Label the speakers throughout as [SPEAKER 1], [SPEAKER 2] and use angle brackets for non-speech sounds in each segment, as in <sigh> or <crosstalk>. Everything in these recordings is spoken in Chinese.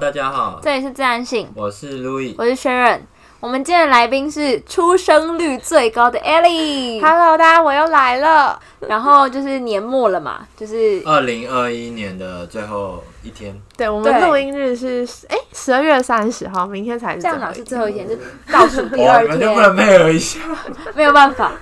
[SPEAKER 1] 大家好，
[SPEAKER 2] 这里是自然醒，
[SPEAKER 1] 我是 Louis。
[SPEAKER 2] 我是 Sharon。我们今天的来宾是出生率最高的 Ellie。
[SPEAKER 3] Hello，大家我又来了。
[SPEAKER 2] 然后就是年末了嘛，就是
[SPEAKER 1] 二零二一年的最后一天，
[SPEAKER 3] 对我们
[SPEAKER 2] 对
[SPEAKER 3] 录音日是哎十二月三十号，明天才是
[SPEAKER 2] 这样
[SPEAKER 3] 最
[SPEAKER 2] 哪
[SPEAKER 3] 后一
[SPEAKER 2] 是
[SPEAKER 3] 天
[SPEAKER 2] 最后一天，是倒数第
[SPEAKER 1] 哇，
[SPEAKER 2] 二
[SPEAKER 1] 你们哦就不
[SPEAKER 2] 天，
[SPEAKER 1] 能配合一下？
[SPEAKER 2] 没有办法，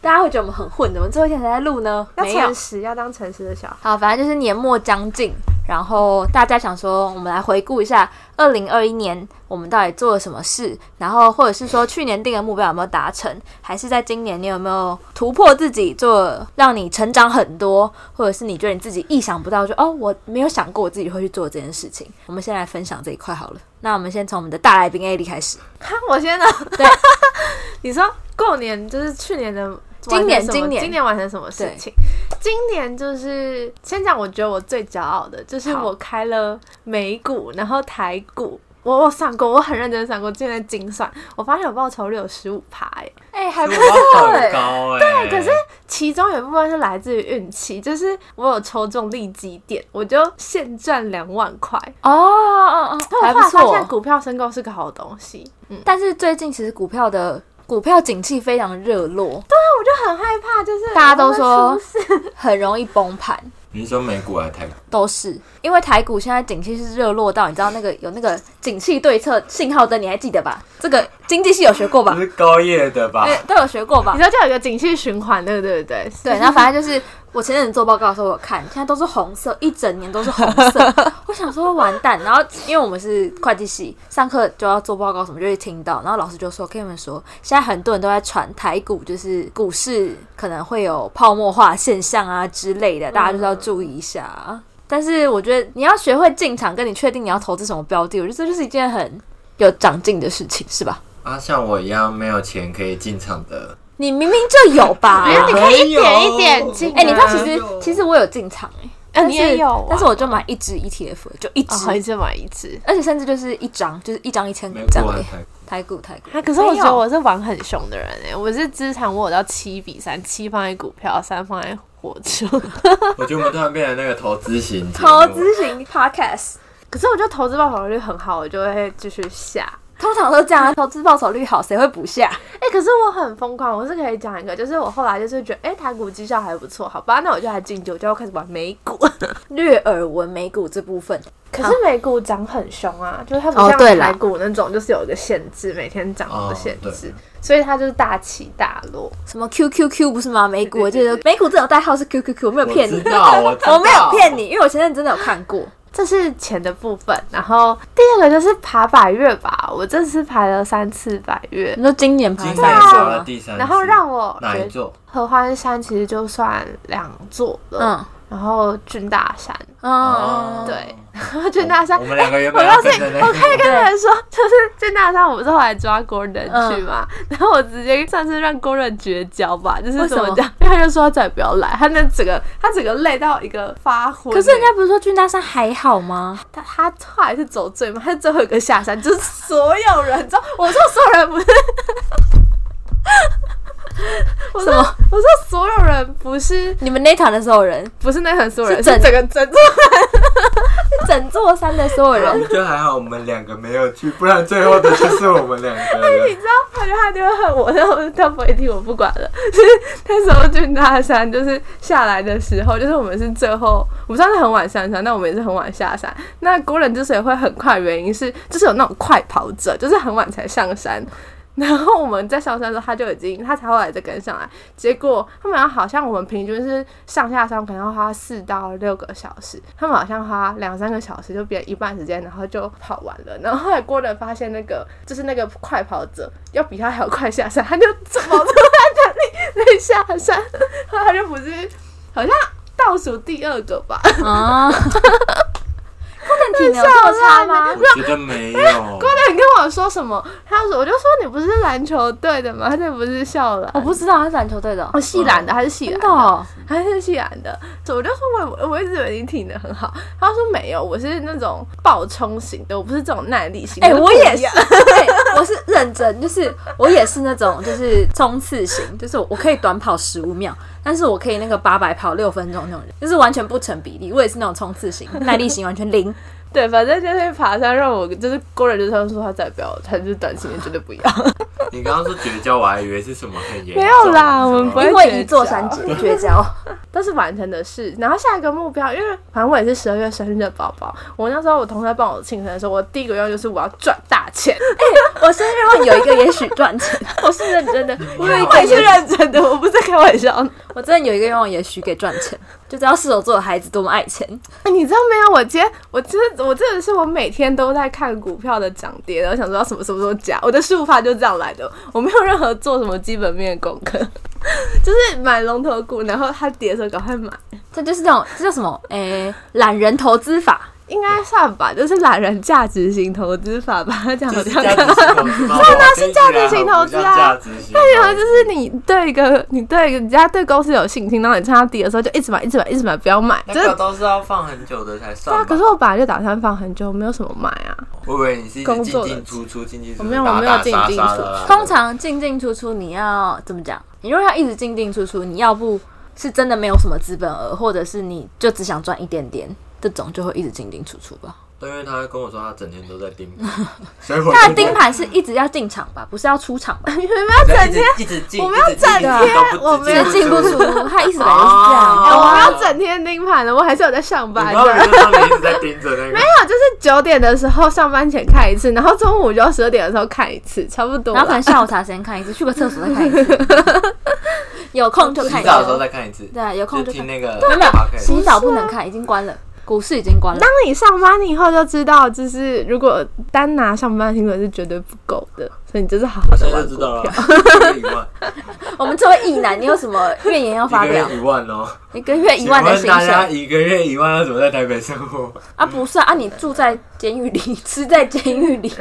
[SPEAKER 2] 大家会觉得我们很混，怎么最后一天才在录呢？
[SPEAKER 3] 要
[SPEAKER 2] 没有
[SPEAKER 3] 诚，实，要当诚实的小 <laughs> 孩。
[SPEAKER 2] 好，反正就是年末将近，然后大家想说，我们来回顾一下二零二一年我们到底做了什么事，然后或者是说去年定的目标有没有达成，还是在今年你有没有突破自己，做让你成长很多，或者是你觉得你自己意想不到，就哦，我没有想过我自己会去做这件事情。我们先来分享这一块好了。那我们先从我们的大来宾 A 莉开始，
[SPEAKER 3] 看我先呢，
[SPEAKER 2] 对，
[SPEAKER 3] <laughs> 你说过年就是去年的。
[SPEAKER 2] 今年
[SPEAKER 3] 完成什
[SPEAKER 2] 今
[SPEAKER 3] 么
[SPEAKER 2] 年
[SPEAKER 3] 今年完成什么事
[SPEAKER 2] 对
[SPEAKER 3] 情？今年就是先讲，我觉得我最骄傲的就是
[SPEAKER 2] 好
[SPEAKER 3] 我开了美股，然后台股，我我算过，我很认真地算过，今年的精算，我发现我报酬率有十五趴，哎、
[SPEAKER 2] 哎、还
[SPEAKER 1] 我要很高哎、对，
[SPEAKER 3] 可是其中有一部分是来自于运气，就是我有抽中利基点，我就现赚两万块。
[SPEAKER 2] 哦哦哦哦，还
[SPEAKER 3] 但我
[SPEAKER 2] 不
[SPEAKER 3] 后来发现
[SPEAKER 2] 错。
[SPEAKER 3] 股票申购是个好东西，嗯，
[SPEAKER 2] 但是最近其实股票的股票景气非常热络，
[SPEAKER 3] 就很害怕，就是
[SPEAKER 2] 大家都说
[SPEAKER 3] 我会出事
[SPEAKER 2] 很容易崩盘，
[SPEAKER 1] 你是说美股还是台股？
[SPEAKER 2] 都是因为台股现在景气是热络到，你知道那个有那个景气对策信号灯，你还记得吧？这个经济系有学过吧
[SPEAKER 1] 这？是高业的吧？
[SPEAKER 3] 哎
[SPEAKER 2] 对，都有学过吧
[SPEAKER 3] 你？知道就有一个景气循环，对不对？ <laughs> 对
[SPEAKER 2] 对，然后反正就是我前阵子做报告的时候，我有看现在都是红色，一整年都是红色。我想说完蛋，然后因为我们是会计系，上课就要做报告，什么就会听到，然后老师就说跟你们说，现在很多人都在传台股就是股市可能会有泡沫化现象啊之类的，大家就是要注意一下。啊但是我觉得你要学会进场，跟你确定你要投资什么标的，我觉得这就是一件很有长进的事情，是吧？
[SPEAKER 1] 啊，像我一样没有钱可以进场的，
[SPEAKER 2] 你明明就有吧？
[SPEAKER 3] <laughs> 没有你可以一点一
[SPEAKER 1] 没有
[SPEAKER 3] 点进啊。
[SPEAKER 2] 哎、你知道其实
[SPEAKER 1] 有
[SPEAKER 2] 其实我有进场哎、
[SPEAKER 3] 啊
[SPEAKER 2] 但
[SPEAKER 3] 你也
[SPEAKER 2] 是
[SPEAKER 3] 有啊
[SPEAKER 2] 但是我就买一 E 只 ETF，就一
[SPEAKER 3] 哦
[SPEAKER 2] 只，
[SPEAKER 3] 一只买一只。
[SPEAKER 2] 而且甚至就是一张，就是一张一千股
[SPEAKER 1] 美
[SPEAKER 2] 这
[SPEAKER 1] 股
[SPEAKER 2] 样
[SPEAKER 1] 还是
[SPEAKER 2] 哎而已。
[SPEAKER 1] 台股？
[SPEAKER 2] 台股台股，
[SPEAKER 3] 啊，可是我
[SPEAKER 2] 没有
[SPEAKER 3] 觉得我是玩很凶的人哎、我是资产我有到七比三，七放在股票，三放在火车。
[SPEAKER 1] 我觉得我们突然变成那个投资型节目
[SPEAKER 2] 投资型 Podcast
[SPEAKER 3] <laughs> 可是我觉得投资报酬率很好，我就会继续下。
[SPEAKER 2] 通常都这样啊，投资报酬率好，谁会不下？
[SPEAKER 3] 哎、可是我很疯狂，我是可以讲一个，就是我后来就是觉得，哎、台股绩效还不错，好吧，那我就来进去，我就要开始玩美股。
[SPEAKER 2] 略耳闻美股这部分，
[SPEAKER 3] <laughs> 可是美股涨很凶啊，就是它不
[SPEAKER 2] 哦
[SPEAKER 3] 像
[SPEAKER 2] 对啦
[SPEAKER 3] 台股那种，就是有一个限制，每天涨幅的限
[SPEAKER 1] 哦
[SPEAKER 3] 制，
[SPEAKER 1] 对
[SPEAKER 3] 所以它就是大起大落。
[SPEAKER 2] 什么 QQQ 不是吗？美股我记
[SPEAKER 3] 对对
[SPEAKER 2] 得美股这种代号是 QQQ，我没有
[SPEAKER 1] 我
[SPEAKER 2] 骗
[SPEAKER 1] 知
[SPEAKER 2] 你，
[SPEAKER 1] 道，我知道
[SPEAKER 2] 我没有骗你，因为我前阵子真的有看过。
[SPEAKER 3] 这是钱的部分，然后第二个就是爬百越吧，我这次爬了三次百越
[SPEAKER 2] 你，说今年
[SPEAKER 1] 今
[SPEAKER 2] 爬
[SPEAKER 1] 年
[SPEAKER 2] 山
[SPEAKER 1] 到
[SPEAKER 2] 是
[SPEAKER 1] 了
[SPEAKER 2] 吗？
[SPEAKER 1] 啊第三次，
[SPEAKER 3] 啊然后让我
[SPEAKER 1] 哪一
[SPEAKER 3] 觉得
[SPEAKER 1] 座？
[SPEAKER 3] 合欢山其实就算两座了，
[SPEAKER 2] 嗯
[SPEAKER 3] 然后郡大山，
[SPEAKER 2] 嗯，
[SPEAKER 3] 对 <laughs> 郡大山
[SPEAKER 1] 哦我们两个原
[SPEAKER 3] 我
[SPEAKER 1] 本要
[SPEAKER 3] 告诉
[SPEAKER 1] 跟
[SPEAKER 3] 你，
[SPEAKER 1] 着那
[SPEAKER 3] 我
[SPEAKER 1] 个
[SPEAKER 3] 可以跟你们说，就是去那上，我不是后来抓 Gordon 去嘛，
[SPEAKER 2] 嗯
[SPEAKER 3] 然后我直接算是让 Gordon 绝交吧，就是
[SPEAKER 2] 为什
[SPEAKER 3] 怎
[SPEAKER 2] 么
[SPEAKER 3] 么 <laughs> 讲，因为他就说他再也不要来，他那整个他整个累到一个发昏。欸
[SPEAKER 2] 可是人家不是说俊大山还好吗？
[SPEAKER 3] 他他后来是走最慢，他是最后一个下山，就是所有人，你知道，我说所有人不是。 <laughs> 我说
[SPEAKER 2] 什么
[SPEAKER 3] 我说所有人不是
[SPEAKER 2] 你们那团的时候有人，
[SPEAKER 3] 不是那层所有人，
[SPEAKER 2] 是
[SPEAKER 3] 是
[SPEAKER 2] 整
[SPEAKER 3] 整个整座
[SPEAKER 2] 整座山的所有人
[SPEAKER 1] <laughs> 就还好我们两个没有去，不然最后的就是我们两个人。
[SPEAKER 3] 我觉得他就会恨我，但我他不会听，我不管了。就是那时候去大山，就是下来的时候，就是我们是最后，我们算是很晚上山，但我们也是很晚下山。那国人之所以会很快，原因是就是有那种快跑者，就是很晚才上山。然后我们在上山的时候，他就已经他才后来再跟上来，结果他们好像我们平均是上下山可能要花四到六个小时，他们好像花两三个小时就变一半时间，然后就跑完了。然后后来郭人发现那个就是那个快跑者要比他还要快下山，他就怎么突然的那那下山，后来他就不是好像倒数第二个吧？
[SPEAKER 2] <laughs> 啊！他能体能有这么差吗？
[SPEAKER 1] 我觉得没 <laughs> 有，
[SPEAKER 3] 他跟我说什么？他说我就说你不是篮球队的吗？他这不是校篮，
[SPEAKER 2] 我不知道他是篮球队的哦，
[SPEAKER 3] 哦系篮的，他是系
[SPEAKER 2] 真的
[SPEAKER 3] 篮
[SPEAKER 2] 哦，
[SPEAKER 3] 他是西兰的，我就说我我一直以为你挺的很好，他说没有，我是那种暴冲型的，我不是这种耐力型的。
[SPEAKER 2] 哎、
[SPEAKER 3] 就不
[SPEAKER 2] 我
[SPEAKER 3] 一
[SPEAKER 2] 也是，
[SPEAKER 3] 样
[SPEAKER 2] 对，我是认真，就是我也是那种就是冲刺型，就是我我可以短跑十五秒，但是我可以那个八百跑六分钟那种人，就是完全不成比例。我也是那种冲刺型，耐力型完全零。
[SPEAKER 3] 对，反正就是爬山让我就是郭仁就他说他再也不要，他就是短期内绝对不要。
[SPEAKER 1] 你刚刚说绝交，我还以为是什么很严重。
[SPEAKER 3] 没有啦我们不会
[SPEAKER 2] <laughs> 因为一座山绝绝交，
[SPEAKER 3] 都是完成的事。然后下一个目标，因为反正我也是十二月生日的宝宝，我那时候我同学帮我庆生的时候，我第一个愿望就是我要赚大钱。
[SPEAKER 2] 哎我生日会有一个也许赚钱，
[SPEAKER 3] <laughs> 我是认真的，我
[SPEAKER 1] 有一
[SPEAKER 3] 我也是认真的，我不是在开玩笑。
[SPEAKER 2] 我真的有一个愿望也许给赚钱，就知道射手座的孩子多么爱钱。
[SPEAKER 3] 哎你知道没有？我今天我真的我真的是我每天都在看股票的涨跌，然后想说要什么什么时候加，我的术法就这样来的，我没有任何做什么基本面的功课， <laughs> 就是买龙头股，然后它跌的时候赶快买，
[SPEAKER 2] 这就是那种这叫什么？诶、懒人投资法。
[SPEAKER 3] 应该算吧，就是懒人价值型投资法吧，它讲
[SPEAKER 1] 就
[SPEAKER 3] 的
[SPEAKER 1] 是
[SPEAKER 3] 这
[SPEAKER 1] 价
[SPEAKER 3] 样。
[SPEAKER 1] 值型投资吗，真的
[SPEAKER 3] 是价值型投资啊
[SPEAKER 1] <laughs> 价值型投资，
[SPEAKER 3] 那然后就是你对一个你对人家对公司有信心，然后你趁它跌的时候就一直买，一直买，一直买，不要买，
[SPEAKER 1] 那
[SPEAKER 3] 真
[SPEAKER 1] 个
[SPEAKER 3] 的。
[SPEAKER 1] 都是要放很久的才
[SPEAKER 3] 对
[SPEAKER 1] 算
[SPEAKER 3] 啊，
[SPEAKER 1] 吧。
[SPEAKER 3] 可是我本来就打算放很久，没有什么买啊。
[SPEAKER 1] 我以为你是一直
[SPEAKER 3] 工
[SPEAKER 1] 进
[SPEAKER 3] 作的
[SPEAKER 1] 进出出，进进出
[SPEAKER 3] 我
[SPEAKER 1] 出，
[SPEAKER 3] 没有
[SPEAKER 1] 打
[SPEAKER 3] 我没有
[SPEAKER 1] 打
[SPEAKER 3] 进
[SPEAKER 1] 杀
[SPEAKER 3] 进
[SPEAKER 1] 杀
[SPEAKER 3] 出
[SPEAKER 1] 的啦
[SPEAKER 2] 通常进进出出，你要怎么讲？你如果要一直进进出出，你要不是真的没有什么资本额，或者是你就只想赚一点点，这种就会一直进进出出吧。
[SPEAKER 1] 对，因为他跟我说他整天都在盯 <laughs> 盘，所以我
[SPEAKER 2] 他的盯盘是一直要进场吧，不是要出场吧？
[SPEAKER 3] 你们要整天，
[SPEAKER 1] 一直进，
[SPEAKER 3] 我没有
[SPEAKER 1] 一直进
[SPEAKER 3] 整天
[SPEAKER 1] 一直都不
[SPEAKER 3] 我没
[SPEAKER 2] 一
[SPEAKER 3] 有
[SPEAKER 2] 直进不出
[SPEAKER 1] 你，
[SPEAKER 2] 他一直本来就是这样。
[SPEAKER 1] 哦
[SPEAKER 3] <laughs> 哎我
[SPEAKER 2] 哎
[SPEAKER 3] 没
[SPEAKER 2] 我
[SPEAKER 3] 有整天盯盘的，我还是有在上
[SPEAKER 1] 不
[SPEAKER 3] 班
[SPEAKER 1] 要
[SPEAKER 3] 的。
[SPEAKER 1] 人家说你一直在盯着那个，
[SPEAKER 3] 没有，啊就是九点的时候上班前看一次，然后中午就十二点的时候看一次，差不多
[SPEAKER 2] 然后可
[SPEAKER 3] 啦。
[SPEAKER 2] 能下午茶时间看一次，去个厕所再看一次，
[SPEAKER 1] <laughs>
[SPEAKER 2] 有空就看
[SPEAKER 1] 洗
[SPEAKER 2] 一
[SPEAKER 1] 澡的时候
[SPEAKER 2] 次。
[SPEAKER 1] 再看一次，
[SPEAKER 2] 对，
[SPEAKER 1] 就
[SPEAKER 2] 有空就看
[SPEAKER 1] 听。那个
[SPEAKER 2] 没有没有
[SPEAKER 1] podcast，
[SPEAKER 2] 洗澡不能看，已经关了，股市已经关了
[SPEAKER 3] 当。你上班以后就知道，就是如果单拿上班薪水是绝对不够的，所以你就是好好的
[SPEAKER 1] 现在
[SPEAKER 3] 玩
[SPEAKER 1] 就
[SPEAKER 3] 股
[SPEAKER 1] 知道了 <laughs>
[SPEAKER 3] 票。，
[SPEAKER 1] 一个万，
[SPEAKER 2] <laughs> 我们作为意男，你有什么怨言要发
[SPEAKER 1] 一个
[SPEAKER 2] 表
[SPEAKER 1] 月？一万哦，
[SPEAKER 2] 一个月 <laughs> 一万的
[SPEAKER 1] 请
[SPEAKER 2] 薪
[SPEAKER 1] 问大家
[SPEAKER 2] 水
[SPEAKER 1] 一个月一万要怎么在台北生活？
[SPEAKER 2] <laughs> 啊？不是啊，啊你住在监狱里，吃在监狱 <laughs> 里，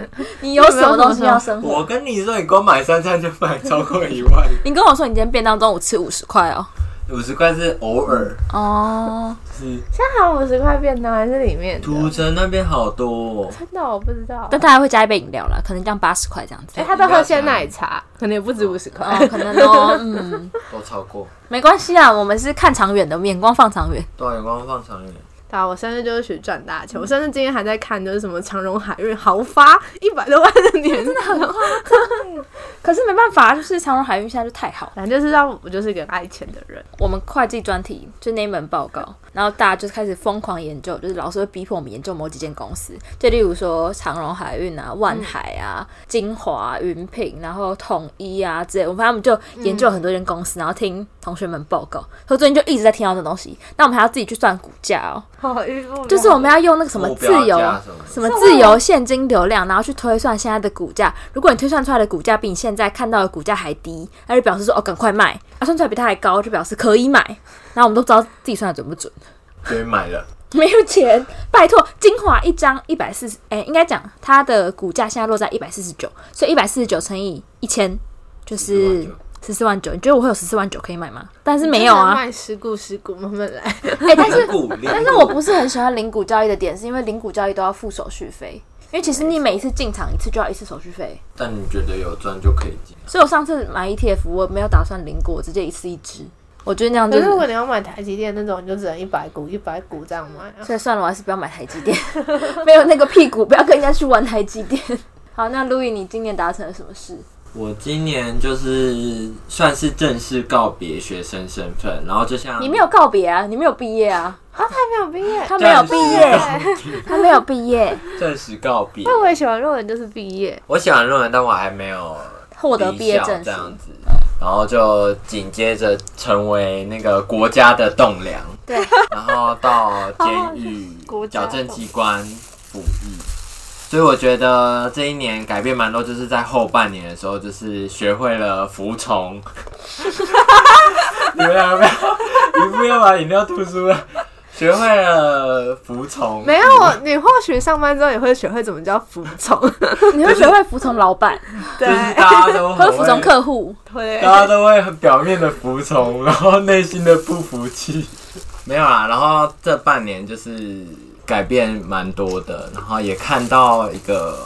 [SPEAKER 2] 你有什么东西要生活？
[SPEAKER 1] 我跟你说，你光买三餐就买超过一万，
[SPEAKER 2] 你跟我说你今天便当中午吃五十块哦。
[SPEAKER 1] 五十块是偶尔，
[SPEAKER 2] 哦，
[SPEAKER 1] 是
[SPEAKER 3] 现在还有五十块便当还是里面的？
[SPEAKER 1] 土城那边好多、哦，
[SPEAKER 3] 真的我不知道。
[SPEAKER 2] 但他还会加一杯饮料啦，可能这样八十块这样子
[SPEAKER 3] 哎、。他都喝鲜奶茶，可能也不止五十块。
[SPEAKER 2] 哦，可能哦，嗯，
[SPEAKER 1] <laughs> 都超过，
[SPEAKER 2] 没关系啊，我们是看长远的，眼光放长远。
[SPEAKER 1] 多少眼光放长远。
[SPEAKER 3] 对啊，我生日就是许赚大钱。我甚至今天还在看，就是什么长荣海运豪发一百多万的年，真的很夸
[SPEAKER 2] 可是没办法，啊就是长荣海运现在就太好了。
[SPEAKER 3] 反正就是让我就是一个爱钱的人。
[SPEAKER 2] 我们会计专题就那一门报告，然后大家就开始疯狂研究，就是老师会逼迫我们研究某几间公司，就例如说长荣海运啊、万海啊、金华、云品，然后统一啊之类。我们他们就研究很多间公司，然后听同学们报告。所以最近就一直在听到这东西，那我们还要自己去算股价哦，
[SPEAKER 3] 好郁闷。
[SPEAKER 2] 就是我们要用那个什么
[SPEAKER 1] 目
[SPEAKER 2] 自
[SPEAKER 1] 标价
[SPEAKER 2] 由啊
[SPEAKER 1] 什么的
[SPEAKER 2] 什么自由现金流量，然后去推算现在的股价。如果你推算出来的股价比你现在看到的股价还低，那就表示说哦，赶快卖；啊，算出来比它还高，就表示可以买。然后我们都不知道自己算的准不准，
[SPEAKER 1] 所以买了，
[SPEAKER 2] <laughs> 没有钱，拜托，精华一张一百四十，哎，应该讲它的股价现在落在一百四十九，所以一百四十九乘以一千就是
[SPEAKER 1] 14.9。
[SPEAKER 2] 十四万九，你觉得我会有十四万九可以买吗？但是没有
[SPEAKER 3] 就是
[SPEAKER 2] 啊，
[SPEAKER 3] 卖尸骨尸骨慢慢来。
[SPEAKER 2] <laughs> 哎、但是
[SPEAKER 1] 鼓励。
[SPEAKER 2] 但是我不是很喜欢零股交易的点，是因为零股交易都要付手续费，因为其实你每一次进场一次就要一次手续费，
[SPEAKER 1] 但你觉得有赚就可以进，
[SPEAKER 2] 所以我上次买 ETF 我没有打算零股，我直接一次一支，我觉得那样就是，
[SPEAKER 3] 你要买台积电那种，你就只能一百股一百股这样买、啊。
[SPEAKER 2] 所以算了，我还是不要买台积电， <laughs> 没有那个屁股，不要跟人家去玩台积电。好，那路易，你今年达成了什么事？
[SPEAKER 1] 我今年就是算是正式告别学生身份，然后就像
[SPEAKER 2] 你没有告别啊，你没有毕业啊，
[SPEAKER 3] 啊，他没有毕业。
[SPEAKER 2] 他没有毕业，
[SPEAKER 1] 正式
[SPEAKER 2] 他没有毕业，
[SPEAKER 1] 正式告别。
[SPEAKER 3] 那我也喜欢论文，就是毕业。
[SPEAKER 1] 我写完论文，但我还没有
[SPEAKER 2] 获得毕业证
[SPEAKER 1] 这
[SPEAKER 2] 书。
[SPEAKER 1] 样子，然后就紧接着成为那个国家的栋梁，
[SPEAKER 2] 对，
[SPEAKER 1] 然后到监
[SPEAKER 2] <laughs>
[SPEAKER 1] 狱
[SPEAKER 3] 国、家
[SPEAKER 1] 矫正机关服役。所以我觉得这一年改变蛮多，就是在后半年的时候，就是学会了服
[SPEAKER 2] <laughs>
[SPEAKER 1] 从。你们两个不要，你不要把饮料吐出来。学会了服从，
[SPEAKER 3] 没有，你或许上班之后也会学会怎么叫服 <laughs> 从。
[SPEAKER 2] 你会学会服从
[SPEAKER 1] <laughs>
[SPEAKER 2] 老板，
[SPEAKER 1] 就是大家都
[SPEAKER 2] 会
[SPEAKER 1] 很
[SPEAKER 2] 服从
[SPEAKER 1] 会
[SPEAKER 2] 客户。
[SPEAKER 1] <laughs>
[SPEAKER 3] 对
[SPEAKER 1] 大家都会很表面的服从，然后内心的不服气。 <laughs> 没有啦，然后这半年就是改变蛮多的，然后也看到一个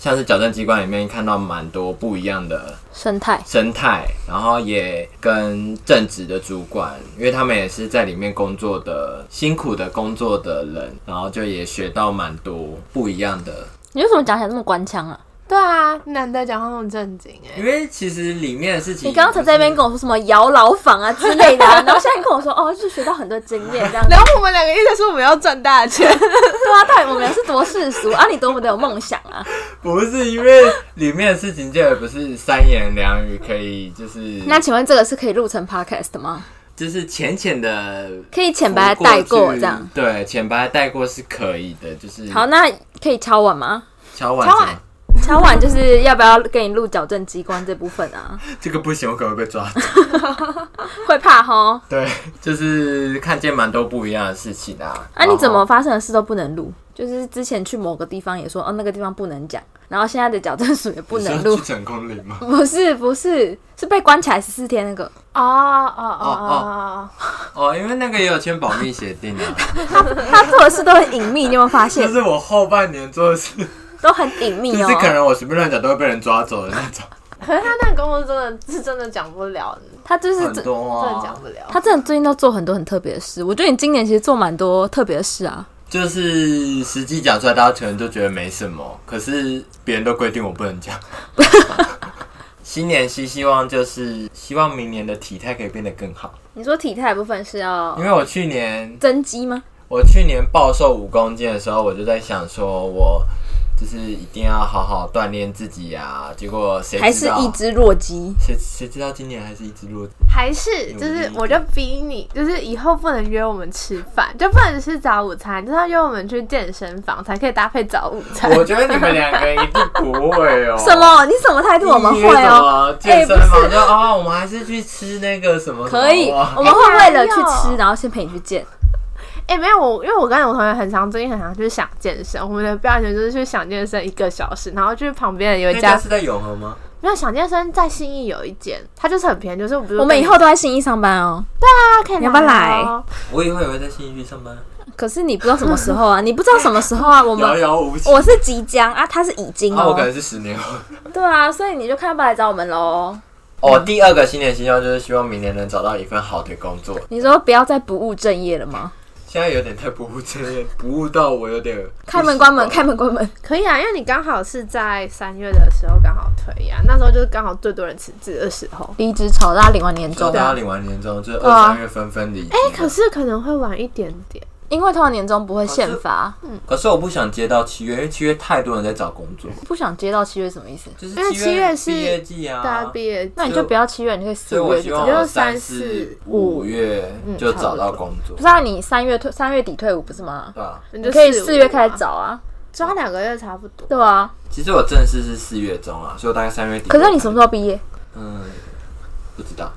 [SPEAKER 1] 像是矫正机关里面看到蛮多不一样的
[SPEAKER 2] 生态，
[SPEAKER 1] 生态，然后也跟正职的主管，因为他们也是在里面工作的辛苦的工作的人，然后就也学到蛮多不一样的。
[SPEAKER 2] 你为什么讲起来那么官腔啊？
[SPEAKER 3] 对啊，难得讲话那么正经哎、
[SPEAKER 1] 因为其实里面的事情，
[SPEAKER 2] 你刚刚才在那边跟我说什么养老坊啊之类的、 <laughs> 啊，然后现在跟我说哦，就是学到很多经验 <laughs> 这样子。
[SPEAKER 3] 然后我们两个一直说我们要赚大钱，
[SPEAKER 2] 对啊，到底我们是多世俗啊？你多么的有梦想啊？
[SPEAKER 1] 不是因为里面的事情，就也不是三言两语可以，就是
[SPEAKER 2] 那请问这个是可以录成 podcast 的吗？
[SPEAKER 1] 就是浅浅的
[SPEAKER 2] 可以浅白地带过这样。
[SPEAKER 1] 对，浅白地带过是可以的，就是
[SPEAKER 2] 好，那可以敲碗吗？
[SPEAKER 1] 敲碗
[SPEAKER 3] 敲
[SPEAKER 1] 什
[SPEAKER 3] 碗
[SPEAKER 1] 么
[SPEAKER 2] 敲碗就是要不要跟你录矫正机关这部分啊？
[SPEAKER 1] 这个不行，我可能会被抓
[SPEAKER 2] <laughs>
[SPEAKER 1] 走。
[SPEAKER 2] 会怕吼？
[SPEAKER 1] 对，就是看见蛮多不一样的事情啊。
[SPEAKER 2] 啊，你怎
[SPEAKER 1] 然后
[SPEAKER 2] 么发生的事都不能录？就是之前去某个地方也说，哦，那个地方不能讲，然后现在的矫正署也不能
[SPEAKER 1] 你是
[SPEAKER 2] 录
[SPEAKER 1] 要去。成功岭吗？
[SPEAKER 2] 不是不是，是被关起来十四天那个。
[SPEAKER 3] 哦哦
[SPEAKER 1] 哦
[SPEAKER 3] 哦
[SPEAKER 1] 哦，因为那个也有签保密协定啊，
[SPEAKER 2] <laughs> 他做的事都很隐秘，你有没有发
[SPEAKER 1] 就
[SPEAKER 2] 现？
[SPEAKER 1] 是我后半年做的事，
[SPEAKER 2] 都很隐秘
[SPEAKER 1] 就
[SPEAKER 2] 哦
[SPEAKER 1] 是。可能我随便乱讲都会被人抓走的那种，
[SPEAKER 3] 哦，可是他那个工作真的是真的讲不了，
[SPEAKER 2] 他就是
[SPEAKER 1] 很多
[SPEAKER 3] 真的讲
[SPEAKER 1] 啊。
[SPEAKER 3] 不了。
[SPEAKER 2] 他真的最近都做很多很特别的事。我觉得你今年其实做蛮多特别的事啊。
[SPEAKER 1] 就是实际讲出来，大家可能都觉得没什么，可是别人都规定我不能
[SPEAKER 2] <laughs>
[SPEAKER 1] 讲。新年新希望就是希望明年的体态可以变得更好，
[SPEAKER 2] 你说体态的部分是要
[SPEAKER 1] 因为我去年
[SPEAKER 2] 增肌吗？
[SPEAKER 1] 我去年暴瘦五公斤的时候，我就在想说，我就是一定要好好锻炼自己啊。结果谁
[SPEAKER 2] 还
[SPEAKER 1] 知
[SPEAKER 2] 是
[SPEAKER 1] 道
[SPEAKER 2] 一只弱鸡？
[SPEAKER 1] 谁谁知道今年还是一只弱
[SPEAKER 2] <laughs>
[SPEAKER 1] 鸡？
[SPEAKER 3] 还是就是，我就逼你，就是以后不能约我们吃饭，就不能吃早午餐，就是要约我们去健身房才可以搭配早午餐。
[SPEAKER 1] 我觉得你们两个一定不会哦。
[SPEAKER 2] 什？么？你什么态度？我们会哦，
[SPEAKER 1] 健身房就啊，我们还是去吃那个什么？
[SPEAKER 2] 可以。
[SPEAKER 1] 什么啊
[SPEAKER 2] 我们会为了去
[SPEAKER 3] 哎哪
[SPEAKER 2] 吃，
[SPEAKER 3] 有
[SPEAKER 2] 然后先陪你去见。
[SPEAKER 3] 哎、没有我，因为我跟我同学很常最近很常去想健身，我们的标准就是去想健身一个小时，然后去旁边有
[SPEAKER 1] 那
[SPEAKER 3] 一
[SPEAKER 1] 家
[SPEAKER 3] 家
[SPEAKER 1] 是在永和吗？
[SPEAKER 3] 没有想健身在信义有一间，它就是很便宜，就是我不是
[SPEAKER 2] 我们以后都在新义上班哦。
[SPEAKER 3] 大家可以
[SPEAKER 2] 你要不要
[SPEAKER 3] 来哦？
[SPEAKER 1] 我以后也会在新义区上班。
[SPEAKER 2] 可是你不知道什么时候 <laughs> 啊？你不知道什么时候啊？我
[SPEAKER 1] 遥
[SPEAKER 2] 们
[SPEAKER 1] 遥无期。
[SPEAKER 2] 我是即将啊，他是已经
[SPEAKER 1] 啊，我
[SPEAKER 2] 哦
[SPEAKER 1] 可。能是十年后。
[SPEAKER 2] 对啊，所以你就看要不要来找我们喽。
[SPEAKER 1] 哦，第二个新年新希望就是希望明年能找到一份好的工作。
[SPEAKER 2] 你说不要再不务正业了吗？
[SPEAKER 1] 现在有点太不务正业，不务到我有点
[SPEAKER 2] 开门关门，
[SPEAKER 1] 不习惯
[SPEAKER 2] 开门关门。
[SPEAKER 3] 可以啊，因为你刚好是在三月的时候刚好退役啊，那时候就是刚好最多人辞职的时候。
[SPEAKER 2] 离职潮，大家领完年
[SPEAKER 1] 就
[SPEAKER 2] 终啊
[SPEAKER 1] 大，家领完年终，就是
[SPEAKER 2] 对啊
[SPEAKER 1] 二三月纷纷离职。
[SPEAKER 3] 哎、可是可能会晚一点点。
[SPEAKER 2] 因为通常年终
[SPEAKER 1] 哦
[SPEAKER 2] 不会限发，
[SPEAKER 1] 可是我不想接到七月，因为七月太多人在找工作，
[SPEAKER 2] 不想接到嗯七月什么意思？
[SPEAKER 1] 就是
[SPEAKER 3] 因为七月是
[SPEAKER 1] 毕业季
[SPEAKER 3] 大家
[SPEAKER 1] 啊。
[SPEAKER 3] 毕业季，
[SPEAKER 2] 那你就不要七月，你可以四
[SPEAKER 1] 所以
[SPEAKER 2] 五
[SPEAKER 1] 我
[SPEAKER 2] 月
[SPEAKER 1] 希
[SPEAKER 2] 就
[SPEAKER 1] 望
[SPEAKER 2] 走
[SPEAKER 1] 我
[SPEAKER 3] 就
[SPEAKER 1] 三
[SPEAKER 3] 三
[SPEAKER 1] 四
[SPEAKER 3] 四
[SPEAKER 1] 五月就找到工作
[SPEAKER 2] 不，是啊，你三月退三月底退伍不是吗？
[SPEAKER 1] 对吧？
[SPEAKER 3] 你
[SPEAKER 2] 你
[SPEAKER 3] 就
[SPEAKER 2] 可以
[SPEAKER 3] 四
[SPEAKER 2] 四
[SPEAKER 3] 五
[SPEAKER 2] 月
[SPEAKER 3] 啊
[SPEAKER 2] 开始，找啊，
[SPEAKER 3] 抓两个月差不多。
[SPEAKER 2] 对啊。
[SPEAKER 1] 其实我正式是四月中啊，所以我大概三月底。
[SPEAKER 2] 可是你什么时候毕业？
[SPEAKER 1] 嗯，不知道，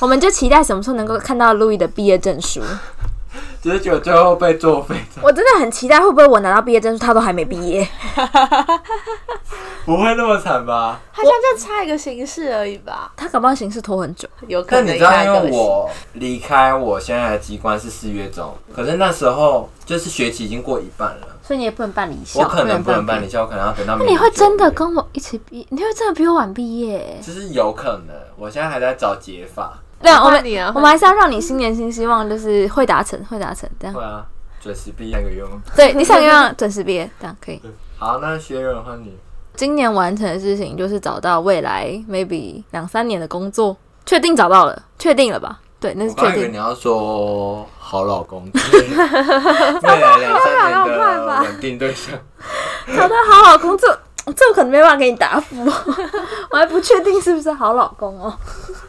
[SPEAKER 2] 我们就期待什么时候能够看到路易的毕业
[SPEAKER 1] <laughs>
[SPEAKER 2] 证书。
[SPEAKER 1] 只是觉得最后被作废， <laughs>
[SPEAKER 2] 我真的很期待，会不会我拿到毕业证书，他都还没毕业？
[SPEAKER 1] 不会那么惨吧？
[SPEAKER 3] 他现在就差一个形式而已吧，
[SPEAKER 2] 他搞不好形式拖很久。
[SPEAKER 3] 有可
[SPEAKER 1] 但
[SPEAKER 3] 能
[SPEAKER 1] 你知道，
[SPEAKER 3] 要一
[SPEAKER 1] 因
[SPEAKER 3] 个
[SPEAKER 1] 为
[SPEAKER 3] 形
[SPEAKER 1] 我离开我现在的机关是四月中，可是那时候就是学期已经过一半了，
[SPEAKER 2] 所以你也不能办理校，
[SPEAKER 1] 我可能不能办
[SPEAKER 2] 理
[SPEAKER 1] 理校，我可能要等到明年
[SPEAKER 2] 那你会真
[SPEAKER 1] 九
[SPEAKER 2] 的
[SPEAKER 1] 月
[SPEAKER 2] 跟我一起毕？你会真的比我晚毕业？
[SPEAKER 1] 就是有可能，我现在还在找解法。
[SPEAKER 2] 对，我们
[SPEAKER 3] 换你啊换你
[SPEAKER 2] 我们还是要让你新年新希望，就是会达成，会达成这样
[SPEAKER 1] 会。啊，准时毕业那个月吗？
[SPEAKER 2] 对你想要准时毕业，这样可以。
[SPEAKER 1] 好，那学员换你。
[SPEAKER 2] 今年完成的事情就是找到未来 maybe 两三年的工作，确定找到了，确定了吧？对，那是
[SPEAKER 1] 我刚
[SPEAKER 2] 确
[SPEAKER 1] 刚以为
[SPEAKER 2] 定
[SPEAKER 1] 你。要说好老公， <laughs> 未来两
[SPEAKER 2] <laughs>
[SPEAKER 1] 三年的稳定对象。
[SPEAKER 2] 找到好好工作，这我可能没办法给你答复， <laughs> 我还不确定是不是好老公哦。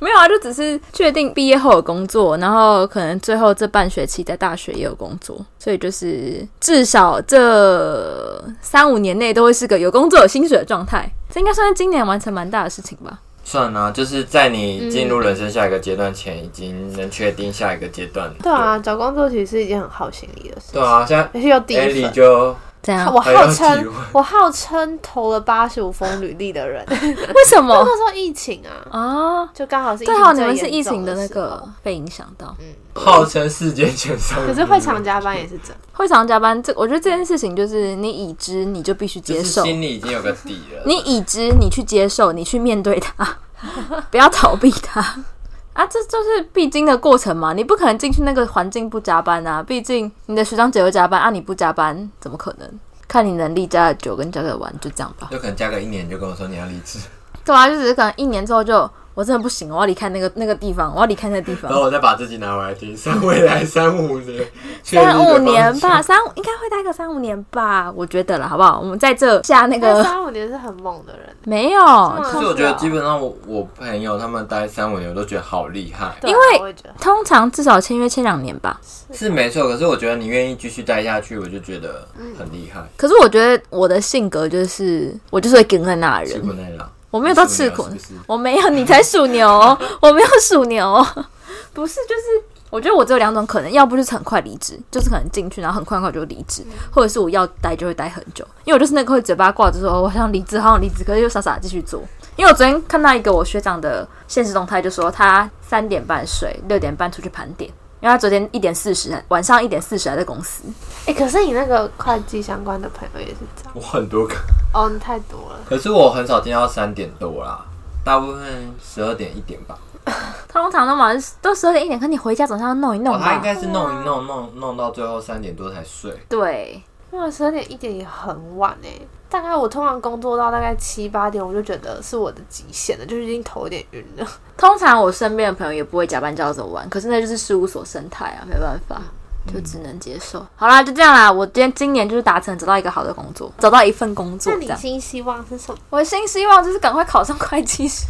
[SPEAKER 2] 没有啊，就只是确定毕业后有工作，然后可能最后这半学期在大学也有工作，所以就是至少这三五年内都会是个有工作有薪水的状态。这应该算是今年完成蛮大的事情吧。
[SPEAKER 1] 算了、就是在你
[SPEAKER 2] 嗯
[SPEAKER 1] 进入人生下一个阶段前，已经能确定下一个阶段。
[SPEAKER 2] 啊
[SPEAKER 3] 对啊，找工作其实是一件很耗心力的事。
[SPEAKER 1] 对，啊，现在
[SPEAKER 3] 而且又第一
[SPEAKER 1] Ellie
[SPEAKER 3] 份，
[SPEAKER 1] 就
[SPEAKER 2] 这样
[SPEAKER 3] 我
[SPEAKER 1] 还要
[SPEAKER 3] 号
[SPEAKER 1] 体
[SPEAKER 3] 称
[SPEAKER 1] 会
[SPEAKER 3] 我号称投了八十五封履历的人，
[SPEAKER 2] 为什么 <laughs>
[SPEAKER 3] 那时候疫情啊，
[SPEAKER 2] 啊？
[SPEAKER 3] 就刚好是疫情
[SPEAKER 2] 哦对哦，你们是
[SPEAKER 3] 最
[SPEAKER 2] 疫
[SPEAKER 3] 严重
[SPEAKER 2] 情的那
[SPEAKER 3] 时候
[SPEAKER 2] 个，被影响到，
[SPEAKER 1] 号称世界前三名，
[SPEAKER 3] 可是会常加班也是这样。
[SPEAKER 2] 会常加班。这我觉得这件事情就是你已知，你就必须
[SPEAKER 1] 就
[SPEAKER 2] 接
[SPEAKER 1] 是
[SPEAKER 2] 受。
[SPEAKER 1] 心里已经有个底了。
[SPEAKER 2] 你已知，你去接受，你去面对它， <laughs> 不要逃避它。 <laughs> 啊，这就是必经的过程嘛，你不可能进去那个环境不加班啊，毕竟你的学长姐会加班啊，你不加班怎么可能？看你能力加的久跟加的晚，就这样吧。
[SPEAKER 1] 有可能加个一年就跟我说你要离职，
[SPEAKER 2] 对啊，就只是可能一年之后就我真的不行，我要离开那个那个地方，我要离开那个地
[SPEAKER 1] 然后
[SPEAKER 2] 方。
[SPEAKER 1] 我再把自己拿回来听，三未来三五年，确立的
[SPEAKER 2] 三
[SPEAKER 1] 方
[SPEAKER 2] 五
[SPEAKER 1] 向
[SPEAKER 2] 年吧，，三应该会待个三五年吧，我觉得了，好不好？我们在这下那
[SPEAKER 3] 但
[SPEAKER 2] 个
[SPEAKER 3] 三五年是很猛的人，
[SPEAKER 2] 没有，
[SPEAKER 3] 吗
[SPEAKER 1] 其实我觉得基本上我我朋友他们待三五年，我都觉得好厉害，
[SPEAKER 3] 对啊
[SPEAKER 2] 因为
[SPEAKER 3] 我也觉得
[SPEAKER 2] 通常至少签约签两年吧。
[SPEAKER 1] 是没错。可是我觉得你愿意继续待下去，我就觉得
[SPEAKER 2] 嗯
[SPEAKER 1] 很厉害。
[SPEAKER 2] 可是我觉得我的性格就是，我就是会跟在那的
[SPEAKER 1] 吃苦
[SPEAKER 2] 人，
[SPEAKER 1] 耐劳，
[SPEAKER 2] 我没有到吃苦
[SPEAKER 1] 你，是不是
[SPEAKER 2] 我没有，你才属牛，哦我没有属牛，哦不是，就是我觉得我只有两种可能，要不就是很快离职，就是可能进去然后很快很快就离职，
[SPEAKER 1] 嗯
[SPEAKER 2] 或者是我要待就会待很久，因为我就是那个会嘴巴挂着说哦我好想离职，好想离职，可是又傻傻地继续做。因为我昨天看到一个我学长的现实动态，就说他三点半睡，六点半出去盘点，因为他昨天一点四十，晚上一点四十还在公司。
[SPEAKER 3] 哎、可是你那个会计相关的朋友也是这样
[SPEAKER 1] 我很多个，
[SPEAKER 3] 哦，你太多了。
[SPEAKER 1] 可是我很少听到三点多啦，大部分十二点一点吧。
[SPEAKER 2] 通常都晚上都十二点一点，可你回家总是要弄一弄
[SPEAKER 1] 哦，他
[SPEAKER 2] 吧
[SPEAKER 1] 应。该是弄一弄弄弄到最后三点多才睡。
[SPEAKER 2] 对，
[SPEAKER 3] 那十二点一点也很晚哎、大概我通常工作到大概七八点，我就觉得是我的极限了，就是已经头有点晕
[SPEAKER 2] <laughs>
[SPEAKER 3] 了。
[SPEAKER 2] 通常我身边的朋友也不会加班加到这么晚，可是那就是事务所生态啊，没办法，就只能接受。好啦，就这样啦。我今天今年就是达成找到一个好的工作，找到一份工作
[SPEAKER 3] 那
[SPEAKER 2] 这
[SPEAKER 3] 你
[SPEAKER 2] 样。
[SPEAKER 3] 新希望是什么？
[SPEAKER 2] 我的新希望就是赶快考上会计师。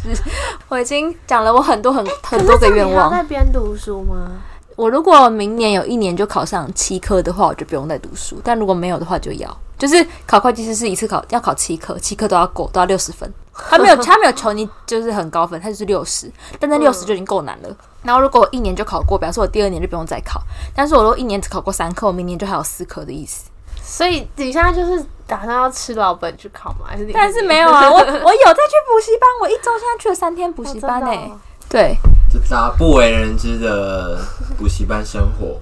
[SPEAKER 2] 我已经讲了我很多很、
[SPEAKER 3] 哎
[SPEAKER 2] 很多个愿
[SPEAKER 3] 你还要在
[SPEAKER 2] 望。
[SPEAKER 3] 边读书吗？
[SPEAKER 2] 我如果明年有一年就考上七科的话，我就不用再读书；但如果没有的话，就要。就是考会计师是一次考要考七科，七科都要过，都要六十分。他没有他没有求你就是很高分，他就是六十，但那六十就已经够难了。然后如果我一年就考过，表示我第二年就不用再考。但是我如果一年只考过三科，我明年就还有四科的意思。
[SPEAKER 3] 所以你现在就是打算要吃老本去考吗？还是你？
[SPEAKER 2] 但是没有啊，我 <laughs> 我有再去补习班，我一周现在去了三天补
[SPEAKER 3] 哦
[SPEAKER 2] 习
[SPEAKER 3] 真的
[SPEAKER 2] 班欸呢、
[SPEAKER 3] 哦
[SPEAKER 2] 对，
[SPEAKER 1] 这渣不为人知的补习班生活，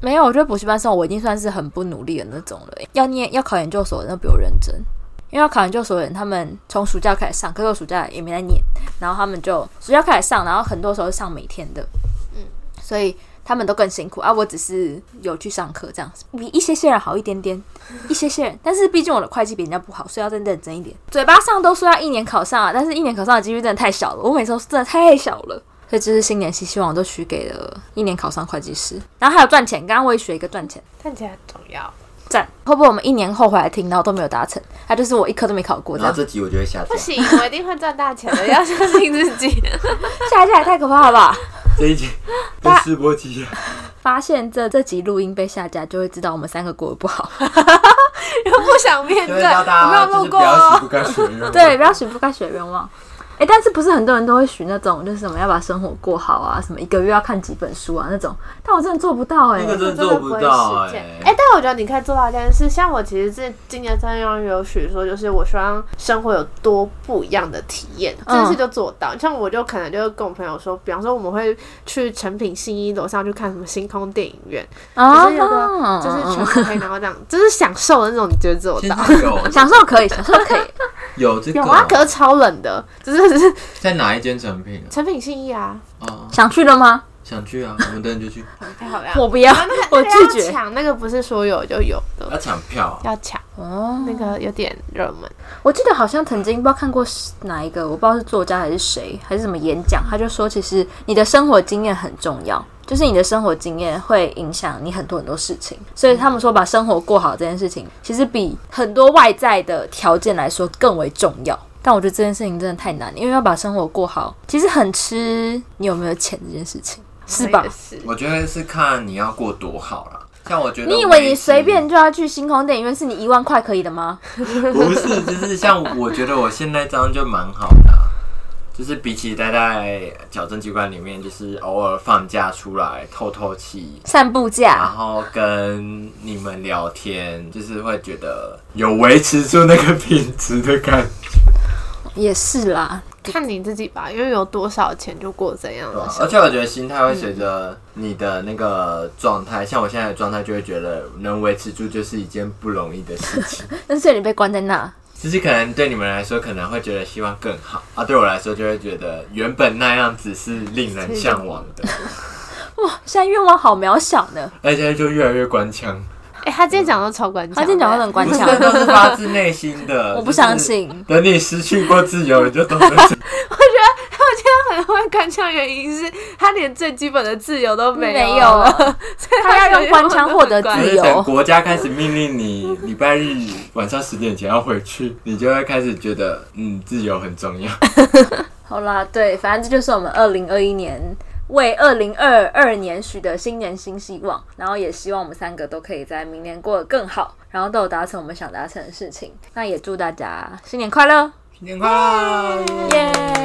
[SPEAKER 2] 没有，我觉得补习班生活我已经算是很不努力的那种了。欸要念要考研究所的，那比我认真，因为要考研究所的人，他们从暑假开始上，可是我暑假也没在念，然后他们就暑假开始上，然后很多时候是上每天的，嗯，所以他们都更辛苦啊。我只是有去上课，这样子比一些些人好一点点，一些些人，但是毕竟我的会计比人家不好，所以要再认真一点。嘴巴上都说要一年考上啊，但是一年考上的几率真的太小了，我每次都是真的太小了。所以这是新年新希望，我都许给了一年考上会计师，然后还有赚钱。刚刚我也许了一个赚钱，
[SPEAKER 3] 看起来很重要。
[SPEAKER 2] 赞！会不会我们一年后回来听，然后都没有达成？它就是我一科都没考过，这
[SPEAKER 1] 然后
[SPEAKER 2] 样
[SPEAKER 1] 这集我就会下
[SPEAKER 3] 不
[SPEAKER 1] 架。
[SPEAKER 3] 行，我一定会赚大 <laughs> 钱的，要相信自己。
[SPEAKER 2] 下一下也太可怕了吧！
[SPEAKER 1] 这一集被试播集，
[SPEAKER 2] 发现这这集录音被下架，就会知道我们三个过得不好。 <laughs>
[SPEAKER 3] 又不想面
[SPEAKER 1] 就
[SPEAKER 3] 对，
[SPEAKER 1] 会叫大
[SPEAKER 3] 没
[SPEAKER 1] 家
[SPEAKER 3] 有
[SPEAKER 1] 就
[SPEAKER 3] 录
[SPEAKER 1] 是
[SPEAKER 3] 过
[SPEAKER 1] 不要
[SPEAKER 3] 哦
[SPEAKER 1] 许。不该许的愿望。
[SPEAKER 2] 对，不要许不该许的愿望。哎、但是不是很多人都会许那种，就是什么要把生活过好啊，什么一个月要看几本书啊那种，但我真的做不到哎、
[SPEAKER 1] 那个真的
[SPEAKER 3] 真
[SPEAKER 1] 做
[SPEAKER 3] 的不
[SPEAKER 1] 不
[SPEAKER 3] 会
[SPEAKER 1] 到哎、
[SPEAKER 3] 实 <laughs> 践。哎、但我觉得你可以做到一件事，像我其实这今年三月有许说，就是我希望生活有多不一样的体验，这件事就做到。像我就可能就跟我朋友说，比方说我们会去成品信一楼上去看什么星空电影院，
[SPEAKER 2] 啊
[SPEAKER 3] 就是有个就是
[SPEAKER 2] 嗯
[SPEAKER 3] 全部可以，然后这样，就是享受的那种，你觉得做
[SPEAKER 1] 现
[SPEAKER 3] 到？
[SPEAKER 1] 在
[SPEAKER 2] <laughs>
[SPEAKER 1] 有
[SPEAKER 2] 享受可以，享受可
[SPEAKER 3] <laughs>
[SPEAKER 2] 以。
[SPEAKER 1] 有这个
[SPEAKER 3] 有啊，可是超冷的，就是是
[SPEAKER 1] 在哪一间成品
[SPEAKER 3] 成品信义啊，
[SPEAKER 1] 啊？哦，
[SPEAKER 2] 想去了吗？
[SPEAKER 1] 想去啊，我们等你就去，
[SPEAKER 3] 太好了。
[SPEAKER 2] 我不要
[SPEAKER 3] 啊那个，
[SPEAKER 2] 我
[SPEAKER 3] 那个要
[SPEAKER 2] 拒绝。
[SPEAKER 3] 抢那个不是说有就有的，
[SPEAKER 1] 要抢票啊。
[SPEAKER 3] 要抢
[SPEAKER 2] 哦，
[SPEAKER 3] 那个有点热门。
[SPEAKER 2] 我记得好像曾经不知道看过是哪一个，我不知道是作家还是谁，还是什么演讲，他就说，其实你的生活经验很重要，就是你的生活经验会影响你很多很多事情。所以他们说，把生活过好这件事情，其实比很多外在的条件来说更为重要。但我觉得这件事情真的太难，因为要把生活过好，其实很吃你有没有钱这件事情，是吧
[SPEAKER 3] 哦我也？是
[SPEAKER 1] 我觉得是看你要过多好啦。像我觉得，
[SPEAKER 2] 你以为你随便就要去星空电影院，是你一万块可以的吗？
[SPEAKER 1] <laughs> 不是，就是像我觉得我现在这样就蛮好的啊、就是比起待在矫正机关里面，就是偶尔放假出来透透气，
[SPEAKER 2] 散步
[SPEAKER 1] 然
[SPEAKER 2] 假，
[SPEAKER 1] 后跟你们聊天，就是会觉得有维持住那个品质的感 <laughs> 觉。
[SPEAKER 2] 也是啦。
[SPEAKER 4] 看你自己吧，因为有多少钱就过怎样的
[SPEAKER 1] 而
[SPEAKER 4] 生活。
[SPEAKER 1] 且哦我觉得心态会随着你的那个状态，像我现在的状态就会觉得能维持住就是一件不容易的事情。
[SPEAKER 2] 但是你被关在那，
[SPEAKER 1] 就是可能对你们来说可能会觉得希望更好啊，对我来说就会觉得原本那样子是令人向往
[SPEAKER 2] <laughs>
[SPEAKER 1] 的，
[SPEAKER 2] 现在愿望好渺小呢。
[SPEAKER 1] 而且就越来越官腔，
[SPEAKER 4] 哎、他今天讲的超关键，
[SPEAKER 2] 他今天讲话很
[SPEAKER 1] <laughs>
[SPEAKER 2] 关
[SPEAKER 1] 不是
[SPEAKER 2] 腔，
[SPEAKER 4] <laughs>
[SPEAKER 1] 那都是发自内心的，
[SPEAKER 2] <laughs> 我不相信
[SPEAKER 1] 就是等你失去过自由，你就懂
[SPEAKER 2] <laughs>
[SPEAKER 1] 得什么
[SPEAKER 4] 他很会干腔，原因是他连最基本的自由都 <laughs> 没
[SPEAKER 2] 没
[SPEAKER 4] 有啊
[SPEAKER 2] 有
[SPEAKER 4] <laughs> 了，
[SPEAKER 2] 了。
[SPEAKER 4] 所以
[SPEAKER 2] 他要用官腔获得
[SPEAKER 1] 就
[SPEAKER 2] 自
[SPEAKER 1] 是
[SPEAKER 2] 由
[SPEAKER 1] 等国家开始命令你礼拜日晚上十点前要回去，你就会开始觉得嗯，自由很重
[SPEAKER 2] <laughs>
[SPEAKER 1] 要。
[SPEAKER 2] 好啦，对，反正这就是我们二零二一年为二零二二年许的新年新希望，然后也希望我们三个都可以在明年过得更好，然后都有达成我们想达成的事情。那也祝大家新年快乐，
[SPEAKER 1] 新年快乐！
[SPEAKER 2] 耶、